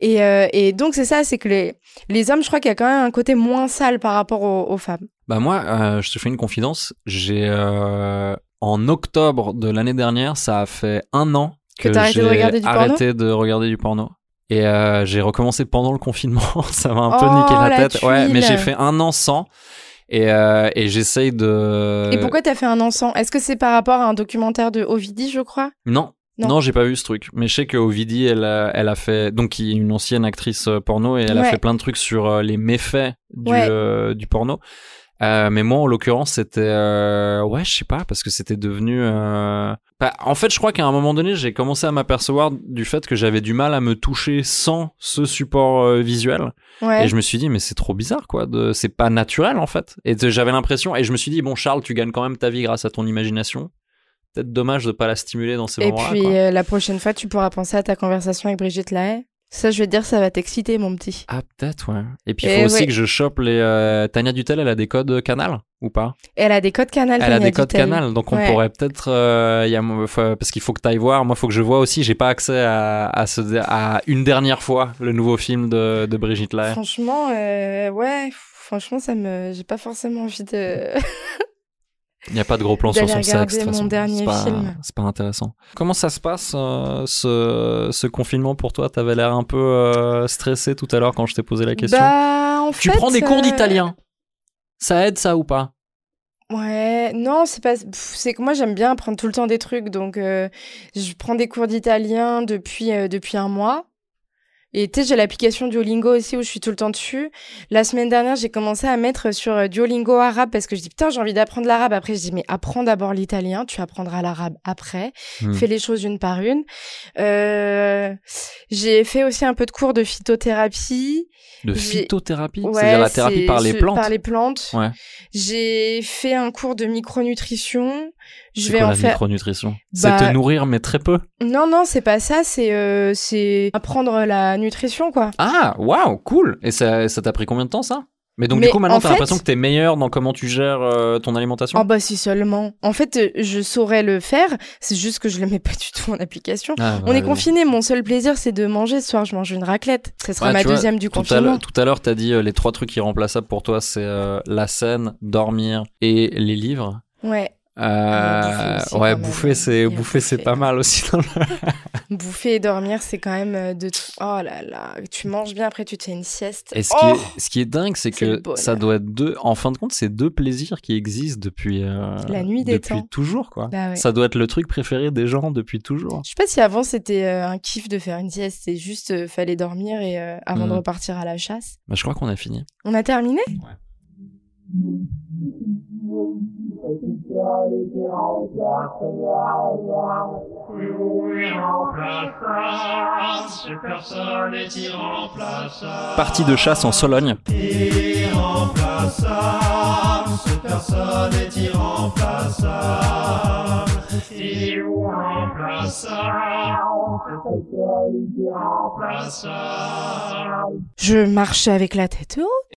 Speaker 4: Et, euh, et donc, c'est ça, c'est que les... les hommes, je crois qu'il y a quand même un côté moins sale par rapport aux, aux femmes.
Speaker 2: Bah moi, euh, je te fais une confidence. J'ai euh, en octobre de l'année dernière, ça a fait un an
Speaker 4: Que
Speaker 2: que,
Speaker 4: t'as arrêté de
Speaker 2: j'ai
Speaker 4: regarder du porno
Speaker 2: arrêté de regarder du porno. Et euh, j'ai recommencé pendant le confinement. ça m'a un peu
Speaker 4: Oh,
Speaker 2: niqué la,
Speaker 4: la
Speaker 2: tête. Ouais, mais
Speaker 4: tuile.
Speaker 2: j'ai fait un an sans. Et, euh, et j'essaye de.
Speaker 4: Et pourquoi t'as fait un ensemble Est-ce que c'est par rapport à un documentaire de Ovidie, je crois
Speaker 2: Non. Non,
Speaker 4: Non.
Speaker 2: j'ai pas vu ce truc. Mais je sais que Ovidie, elle a, elle a fait. Donc, qui est une ancienne actrice euh, porno et elle a
Speaker 4: Ouais.
Speaker 2: fait plein de trucs sur euh, les méfaits du,
Speaker 4: Ouais.
Speaker 2: euh, du porno. Euh, mais moi, en l'occurrence, c'était euh, ouais, je sais pas, parce que c'était devenu. euh, bah, en fait, je crois qu'à un moment donné, j'ai commencé à m'apercevoir du fait que j'avais du mal à me toucher sans ce support euh, visuel.
Speaker 4: Ouais.
Speaker 2: Et je me suis dit, mais c'est trop bizarre, quoi. De... C'est pas naturel, en fait. Et t- j'avais l'impression. Et je me suis dit, bon, Charles, tu gagnes quand même ta vie grâce à ton imagination. Peut-être dommage de pas la stimuler dans ces
Speaker 4: Et
Speaker 2: moments-là.
Speaker 4: puis
Speaker 2: quoi.
Speaker 4: euh, la prochaine fois, tu pourras penser à ta conversation avec Brigitte Lahaye. Ça, je vais te dire, ça va t'exciter, mon petit.
Speaker 2: Ah, peut-être, ouais. Et puis, il
Speaker 4: Et
Speaker 2: faut aussi
Speaker 4: Eh ouais.
Speaker 2: que je chope les. euh, Tania Dutel, elle a des codes canal ou pas
Speaker 4: Elle a des codes canal.
Speaker 2: Elle a
Speaker 4: Tania
Speaker 2: des codes
Speaker 4: Dutel.
Speaker 2: canal, donc on
Speaker 4: Ouais.
Speaker 2: pourrait peut-être. euh, il y a mo- faut- parce qu'il faut que tu ailles voir. Moi, faut que je vois aussi. J'ai pas accès à, à, ce, à une dernière fois le nouveau film de, de Brigitte Lahaye.
Speaker 4: Franchement, euh, ouais. Franchement, ça me, j'ai pas forcément envie de.
Speaker 2: Il n'y a pas de gros plan sur
Speaker 4: D'aller
Speaker 2: son sexe.
Speaker 4: regarder
Speaker 2: de toute
Speaker 4: mon
Speaker 2: façon.
Speaker 4: dernier
Speaker 2: c'est pas,
Speaker 4: film.
Speaker 2: C'est pas intéressant. Comment ça se passe euh, ce, ce confinement pour toi T'avais l'air un peu euh, stressé tout à l'heure quand je t'ai posé la question.
Speaker 4: Bah, en
Speaker 2: tu
Speaker 4: fait,
Speaker 2: prends des cours
Speaker 4: euh,
Speaker 2: d'italien. Ça aide ça ou pas
Speaker 4: Ouais, non, c'est pas. pff, C'est que moi j'aime bien apprendre tout le temps des trucs, donc euh, je prends des cours d'italien depuis euh, depuis un mois. Et tu sais, j'ai l'application Duolingo aussi où je suis tout le temps dessus. La semaine dernière, j'ai commencé à mettre sur euh, Duolingo arabe parce que je dis putain, j'ai envie d'apprendre l'arabe. Après, je dis mais apprends d'abord l'italien, tu apprendras l'arabe après.
Speaker 2: Hmm.
Speaker 4: Fais les choses une par une. Euh, j'ai fait aussi un peu de cours de phytothérapie.
Speaker 2: De
Speaker 4: j'ai-
Speaker 2: phytothérapie
Speaker 4: Ouais,
Speaker 2: C'est-à-dire la thérapie
Speaker 4: c'est-
Speaker 2: par les
Speaker 4: c'est-
Speaker 2: plantes.
Speaker 4: Par les plantes.
Speaker 2: Ouais.
Speaker 4: J'ai fait un cours de micronutrition. Je
Speaker 2: C'est
Speaker 4: vais
Speaker 2: quoi
Speaker 4: en
Speaker 2: la
Speaker 4: faire.
Speaker 2: micronutrition
Speaker 4: Bah-
Speaker 2: C'est te nourrir, mais très peu.
Speaker 4: Non, non, c'est pas ça. C'est euh, c'est apprendre la nutrition, quoi.
Speaker 2: Ah, waouh, cool Et ça ça t'a pris combien de temps, ça Mais donc, du
Speaker 4: Mais
Speaker 2: coup, maintenant,
Speaker 4: en
Speaker 2: t'as
Speaker 4: fait-
Speaker 2: l'impression que t'es meilleur dans comment tu gères euh, ton alimentation
Speaker 4: Oh bah si seulement. En fait, euh, je saurais le faire. C'est juste que je le mets pas du tout en application.
Speaker 2: Ah,
Speaker 4: On
Speaker 2: voilà,
Speaker 4: est
Speaker 2: vas-y.
Speaker 4: confiné. Mon seul plaisir, c'est de manger. Ce soir, je mange une raclette. Ce sera
Speaker 2: Ouais,
Speaker 4: ma
Speaker 2: tu vois,
Speaker 4: deuxième du
Speaker 2: Tout à l'heure-
Speaker 4: confinement.
Speaker 2: tout à l'heure, t'as dit euh, les trois trucs irremplaçables pour toi, c'est euh, la scène, dormir et les livres.
Speaker 4: Ouais.
Speaker 2: Euh,
Speaker 4: bouffer aussi,
Speaker 2: ouais,
Speaker 4: quand même.
Speaker 2: bouffer, c'est
Speaker 4: Et
Speaker 2: bouffer, c'est
Speaker 4: bouffer.
Speaker 2: pas mal aussi. dans le-
Speaker 4: Bouffer et dormir, c'est quand même euh, de. tout- Oh là là. Tu manges bien après, tu te fais une sieste.
Speaker 2: Et ce qui,
Speaker 4: Oh
Speaker 2: est, ce qui est dingue, c'est
Speaker 4: C'est le
Speaker 2: que
Speaker 4: bonheur.
Speaker 2: ça doit être deux. En fin de compte, c'est deux plaisirs qui existent depuis euh,
Speaker 4: La nuit des
Speaker 2: depuis
Speaker 4: temps.
Speaker 2: toujours, quoi.
Speaker 4: Bah ouais.
Speaker 2: Ça doit être le truc préféré des gens depuis toujours.
Speaker 4: Je sais pas si avant c'était euh, un kiff de faire une sieste, c'est juste euh, fallait dormir et euh, avant de
Speaker 2: Mm.
Speaker 4: repartir à la chasse.
Speaker 2: Bah, je crois qu'on a fini.
Speaker 4: On a terminé
Speaker 2: Partie de chasse en Sologne.
Speaker 4: Je marchais avec la tête haute.